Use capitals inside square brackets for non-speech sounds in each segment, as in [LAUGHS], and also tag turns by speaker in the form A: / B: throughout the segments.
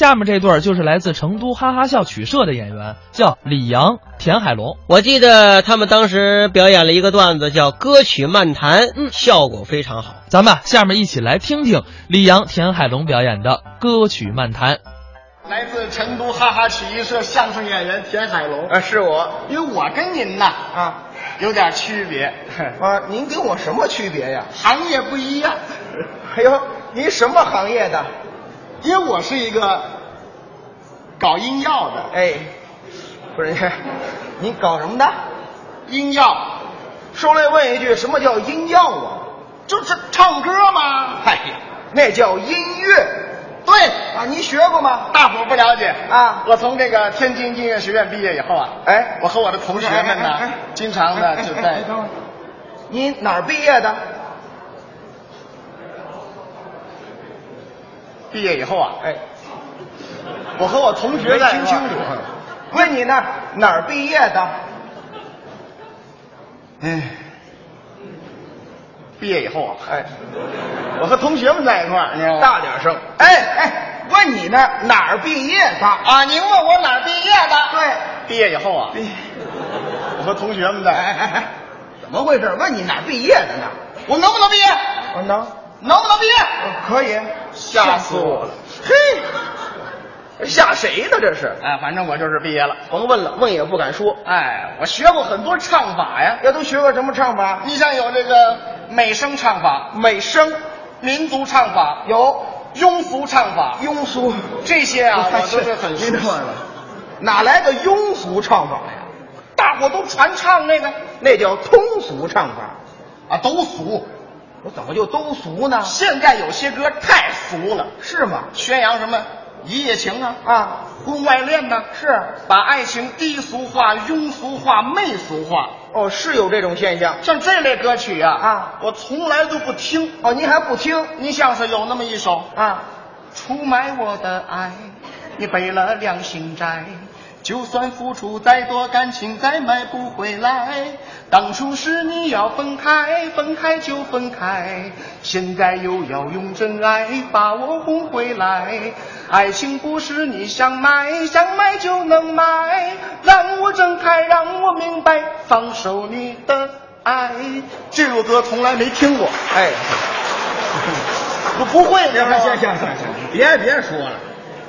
A: 下面这对儿就是来自成都哈哈笑曲社的演员，叫李阳、田海龙。
B: 我记得他们当时表演了一个段子，叫《歌曲漫谈》，
A: 嗯
B: 效果非常好。
A: 咱们啊下面一起来听听李阳、田海龙表演的歌曲漫谈。
C: 来自成都哈哈曲艺社相声演员田海龙，
D: 啊，是我
C: 因为我跟您呐
D: 啊
C: 有点区别，
D: [LAUGHS] 啊！您跟我什么区别呀？
C: 行业不一样，
D: [LAUGHS] 哎呦，您什么行业的？
C: 因为我是一个搞音药的，
D: 哎，不是，您搞什么的？
C: 音药
D: 受累问一句，什么叫音药啊？
C: 就是唱歌嘛，
D: 哎呀，那叫音乐
C: 对，
D: 啊！您学过吗？
C: 大伙不了解
D: 啊
C: 我从这个天津音乐学院毕业以后啊，
D: 哎
C: 我和我的同学们呢，
D: 哎哎哎哎
C: 经常呢就
D: 哎哎哎
C: 在
D: 等会儿您哪儿毕业的？
C: 毕业以后啊，
D: 哎，
C: 我和我同学
D: 没
C: 在
D: 听清楚。问你呢，哪儿毕业的？
C: 哎，毕业以后啊，
D: 哎，
C: 我和同学们在一块儿，你知道吗？
D: 大点声。哎哎，问你呢，哪儿毕业的？
C: 啊，您问我哪儿毕业的？
D: 对，
C: 毕业以后啊，
D: 毕业。
C: 我和同学们在，
D: 哎哎哎，怎么回事？问你哪儿毕业的呢？
C: 我能不能毕业？
D: 我能，
C: 能不能毕业？
D: 可以。
C: 吓死我了！
D: 嘿，吓谁呢？这是，
C: 哎，反正我就是毕业了。
D: 甭问了，问也不敢说。
C: 哎，我学过很多唱法呀，
D: 这都学过什么唱法？
C: 你像有这个美声唱法、
D: 美声
C: 民族唱法、
D: 有，
C: 庸俗唱法，
D: 庸俗
C: 这些啊，我都是很
D: 您
C: 熟悉
D: 这。哪来的庸俗唱法呀？
C: 大伙都传唱那个
D: 那叫通俗唱法。
C: 啊，都俗。
D: 我怎么就都俗呢？
C: 现在有些歌太俗了，
D: 是吗？
C: 宣扬什么一夜情啊、
D: 啊，
C: 婚外恋呐、
D: 是，
C: 把爱情低俗化、庸俗化、媚俗化。
D: 哦，是有这种现象。
C: 像这类歌曲啊，
D: 啊
C: 我从来都不听。
D: 哦，您还不听
C: 你像是有那么一首
D: 啊？
C: 《出卖我的爱》，你背了良心债，就算付出再多，感情再买不回来。当初是你要分开，分开就分开，现在又要用真爱把我哄回来。爱情不是你想买，想买就能买，让我睁开，让我明白，放手你的爱。这首歌从来没听过，
D: 哎，
C: 我 [LAUGHS] 不会。
D: 行行行行行，别别说了，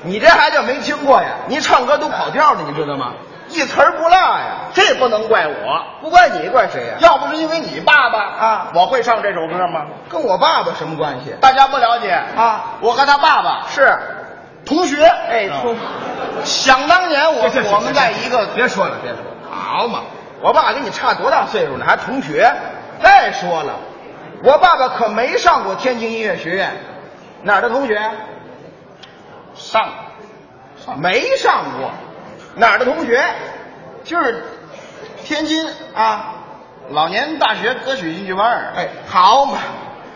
D: 你这还叫没听过呀？您唱歌都跑调了，你知道吗？一词儿不落呀，
C: 这不能怪我。
D: 不怪你，怪谁呀？
C: 要不是因为你爸爸
D: 啊
C: 我会唱这首歌吗？
D: 跟我爸爸什么关系？
C: 大家不了解
D: 啊，
C: 我和他爸爸
D: 是，
C: 同学。
D: 哎，
C: 嗯想当年我我们在一个
D: 别说了，别说了，好嘛，我爸跟你差多大岁数呢？还同学？再说了，我爸爸可没上过天津音乐学院，哪儿的同学？
C: 上，
D: 没上过，哪儿的同学？
C: 就是天津
D: 啊，
C: 老年大学歌曲音乐班儿，
D: 哎，好嘛，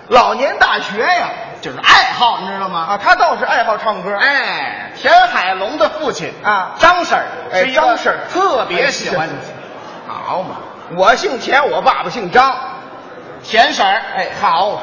D: 老年大学呀，
C: 就是爱好，你知道吗？
D: 啊，他倒是爱好唱歌，，
C: 哎，田海龙的父亲
D: 啊
C: 张婶儿，
D: 哎
C: 是一个
D: 张婶儿
C: 特别喜欢
D: 哎好嘛，我姓田，我爸爸姓张，
C: 田婶儿，
D: 哎，好，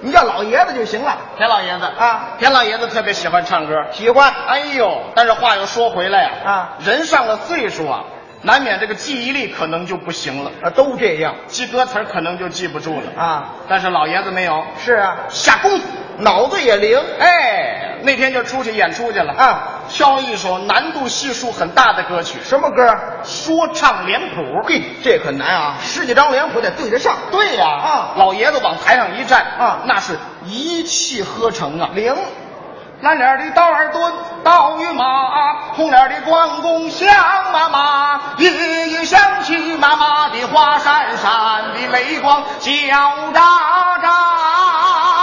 D: 你叫老爷子就行了，
C: 田老爷子
D: 啊
C: 田老爷子特别喜欢唱歌，
D: 喜欢，
C: 哎呦，但是话又说回来呀、
D: 啊
C: 人上了岁数啊，难免这个记忆力可能就不行了，
D: 啊，都这样
C: 记歌词儿可能就记不住了。
D: 啊，
C: 但是老爷子没有
D: 是啊，
C: 下功夫，
D: 脑子也灵，
C: 哎，那天就出去演出去了，
D: 啊，
C: 挑一首难度系数很大的歌曲，
D: 什么歌？
C: 说唱脸谱。
D: 嘿，这可难啊，十几张脸谱得对得上，
C: 对呀、
D: 啊
C: 老爷子往台上一站，
D: 啊
C: 那是一气呵成啊，
D: 灵，
C: 蓝脸的道儿蹲，道与马，红脸的关公像妈妈，一一想起妈妈的话，闪闪的泪光笑喳喳。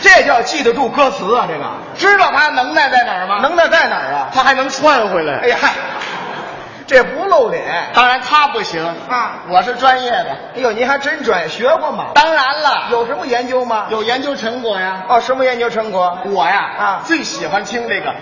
D: 这叫记得住歌词啊，这个
C: 知道他能耐在哪儿吗？，
D: 能耐在哪儿啊？
C: 他还能串回来。
D: 哎呀，嗨，这不露脸，
C: 当然他不行
D: 啊
C: 我是专业的。
D: 哎呦，您还真专业，学过吗？
C: 当然了，
D: 有什么研究吗？
C: 有研究成果呀。
D: 哦，什么研究成果？
C: 我呀
D: 啊
C: 最喜欢听这个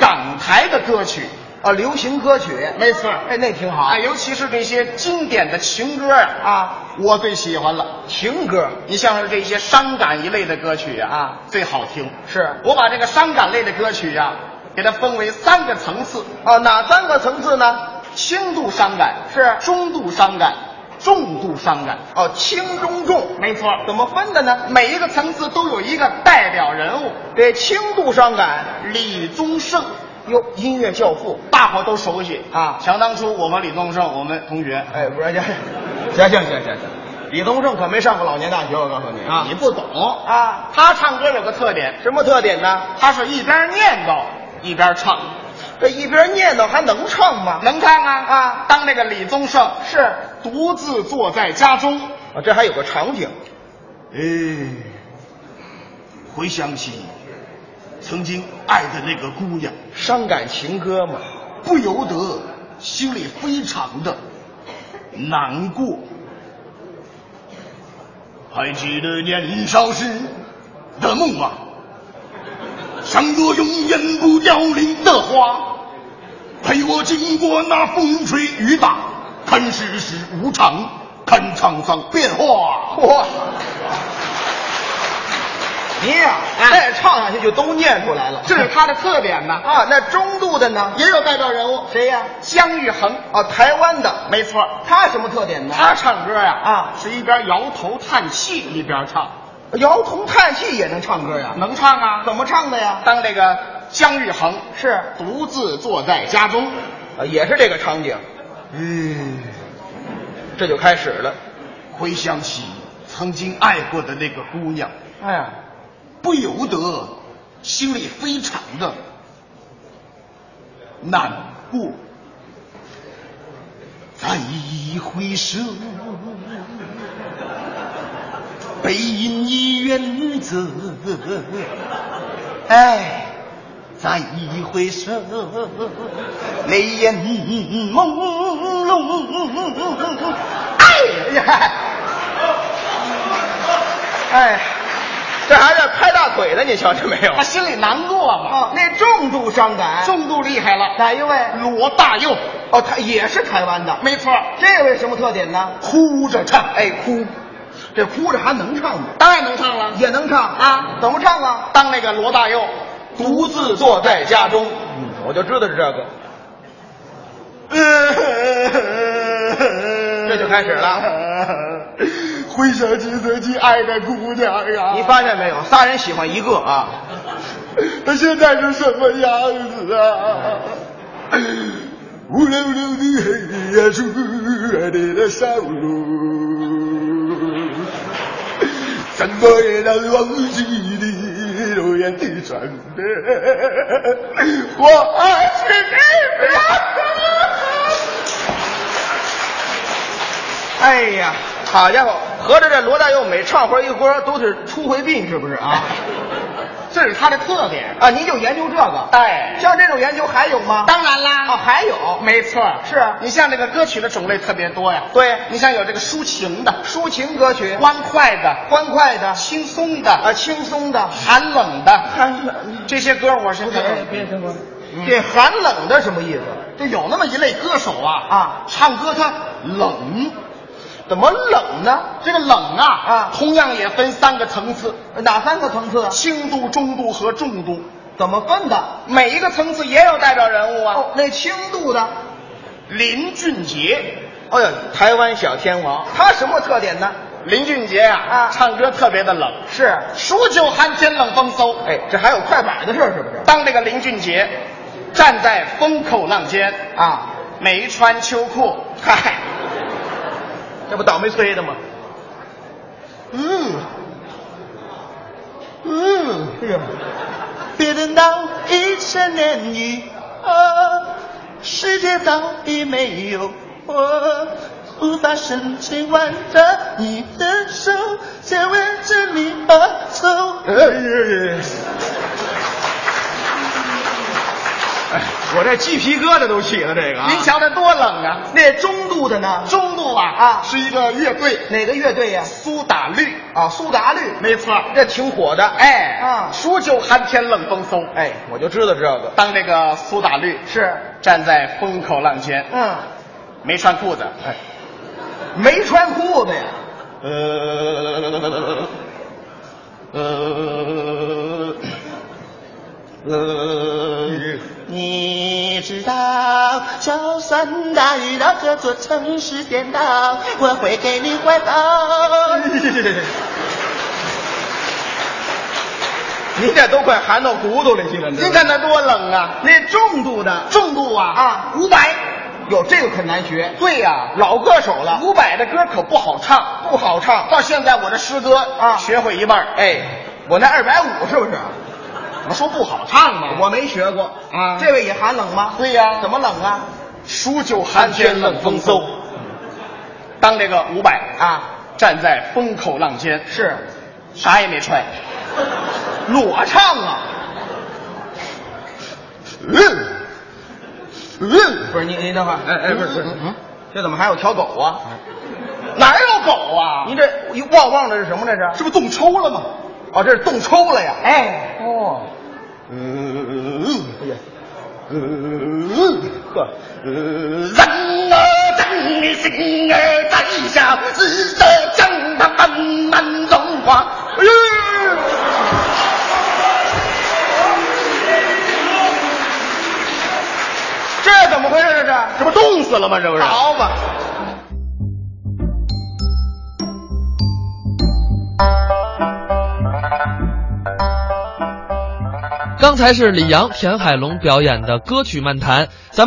C: 港台的歌曲。
D: 啊，流行歌曲，
C: 没错
D: 哎，那挺好。
C: 哎，尤其是这些经典的情歌啊，
D: 啊，
C: 我最喜欢了。
D: 情歌
C: 你像是这些伤感一类的歌曲啊，最好听。
D: 是
C: 我把这个伤感类的歌曲啊，给它分为三个层次：
D: 啊，哪三个层次呢？
C: 轻度伤感
D: 是
C: 中度伤感、重度伤感。
D: 哦，轻中重，
C: 没错，
D: 怎么分的呢？
C: 每一个层次都有一个代表人物，
D: 对，轻度伤感，
C: 李宗盛，
D: 哟，音乐教父。
C: 大伙都熟悉
D: 啊
C: 想当初我们李宗盛，我们同学，
D: 哎，不是，行行行行行行，李宗盛可没上过老年大学，我告诉你啊，
C: 你不懂
D: 啊，
C: 他唱歌有个特点，
D: 什么特点呢？
C: 他是一边念叨一边唱，
D: 这一边念叨还能唱吗？
C: 能唱啊
D: 啊！
C: 当那个李宗盛
D: 是
C: 独自坐在家中，
D: 啊，这还有个场景，
C: 哎，回想起曾经爱的那个姑娘，
D: 伤感情歌呃嘛。
C: 不由得心里非常的难过。还记得年少时的梦啊吗？像朵永远不凋零的花，陪我经过那风吹雨打，看世事无常，看沧桑变化。
D: 嚯！你呀、再唱下去就都念出来了。
C: 哎这是他的特点呢，
D: 啊，那中度的呢？
C: 也有代表人物
D: 谁呀、
C: 姜育恒，
D: 啊，台湾的，
C: 没错。
D: 他什么特点呢？
C: 他唱歌呀、
D: 啊
C: 是一边摇头叹气一边唱，
D: 摇头叹气也能唱歌呀、
C: 能唱啊？
D: 怎么唱的呀？
C: 当这个姜育恒
D: 是
C: 独自坐在家中，
D: 啊，也是这个场景，
C: 嗯，
D: 这就开始了。
C: 回想起曾经爱过的那个姑娘，
D: 哎呀，
C: 不由得心里非常的难过。再一回首，背影已远走。哎，再一回首，泪眼朦胧。哎呀！
D: 哎，这还是拍大腿呢，你瞧见没有？
C: 他心里难过嘛。
D: 那重度伤感，
C: 重度厉害了，
D: 哪一位？
C: 罗大佑，
D: 哦，他也是台湾的。
C: 没错，
D: 这位什么特点呢？
C: 哭着唱，
D: 哎，哭，这哭着还能唱吗？
C: 当然能唱了。
D: 也能唱
C: 啊？
D: 怎么唱啊？
C: 当那个罗大佑独自坐在家中，
D: 嗯，我就知道是这个， [LAUGHS]
C: 这
D: 就开始
C: 了。回想起自己爱的姑娘啊，
D: 你发现没有？仨人喜欢一个啊，
C: [LAUGHS] 她现在是什么样子啊？乌溜溜的黑夜树，你的笑容，怎么也难忘记你柔软的双臂。我爱是
D: 哎呀，好家伙，合着这罗大佑每唱会儿一歌都是出回病，是不是啊？
C: [LAUGHS] 这是他的特点。
D: 啊，您就研究这个？
C: 哎
D: 像这种研究还有吗？
C: 当然啦，
D: 啊，还有，
C: 没错，
D: 是啊
C: 你像这个歌曲的种类特别多呀。
D: 对
C: 你像有这个抒情的、
D: 抒情歌曲，
C: 欢快的、
D: 欢快的，
C: 轻松的、
D: 啊，轻松的，
C: 寒冷的，
D: 寒冷。
C: 这些歌我是
D: 别别这寒冷的什么意思？
C: 就有那么一类歌手啊
D: 啊
C: 唱歌他冷，
D: 怎么冷呢？
C: 这个冷啊
D: 啊
C: 同样也分三个层次，
D: 哪三个层次啊？
C: 轻度、中度和重度，
D: 怎么分的？
C: 每一个层次也有代表人物啊。
D: 哦，那轻度的，
C: 林俊杰，
D: 哎呀，台湾小天王，他什么特点呢？
C: 林俊杰啊
D: 啊
C: 唱歌特别的冷，
D: 是，
C: 数九寒天冷风嗖。
D: 哎，这还有快板的事儿是不是？
C: 当这个林俊杰站在风口浪尖，
D: 啊，
C: 没穿秋裤，嗨，
D: 这不倒霉催的吗？嗯，嗯，哎呀，别等到一千年以后，世界早已没有我，
C: 呃
D: 无法深情挽着你的手，想挽着你而哎走。哎呀呀！哎，
E: 我这鸡皮疙瘩都起了，这个啊
D: 您瞧这多冷啊！
C: 那中度的呢？
D: 中度啊
C: 啊
D: 是一个乐队，
C: 哪个乐队呀、
D: 苏打绿，
C: 啊，苏打绿。
D: 没错。
C: 这挺火的。
D: 哎，
C: 啊
D: 数九寒天冷风嗖。
C: 哎，我就知道这个。
D: 当这个苏打绿
C: 是，
D: 站在风口浪尖，
C: 嗯，
D: 没穿裤子，哎，
C: 没穿裤子呀。
D: 呃，呃，呃，
C: 你知道，就算大雨到这座城市颠倒，我会给你怀抱。
E: 你这都快含到骨头里去了，你
D: 您
E: 这
D: 看那多冷啊！
E: 那重度的
D: 重度啊
E: 啊
D: 伍佰，
E: 哟，这个可难学，
D: 对呀、
E: 老歌手了，
D: 伍佰的歌可不好唱，
E: 不好唱。
D: 到现在我这诗歌啊学会一半儿，
E: 哎，我那二百五是不是？
D: 我说不好唱嘛，
E: 我没学过
D: 啊
E: 这位也寒冷吗？
D: 对呀
E: 怎么冷啊？
D: 数九寒天冷风嗖。当这个伍佰
E: 啊，
D: 站在风口浪尖，
E: 是，
D: 啥也没穿，
E: 裸唱啊！
D: 嗯，嗯，
E: 不是您您等会儿，哎哎，不是不是，这怎么还有条狗啊？
D: 哪有狗啊？
E: 您这一旺旺这是什么？这是？
D: 这不冻抽了吗？
E: 哦，这是冻抽了呀！
C: 哎，
E: 哦，
D: 嗯，
E: 哎呀，
D: 嗯，
E: 呵，
D: 人儿真的心儿在下，只得将它慢慢融化。哎呦，
E: 这怎么回事？这是？
D: 这不冻死了吗？这不是？
E: 好吧。
A: 刚才是李阳、田海龙表演的歌曲漫谈，咱们啊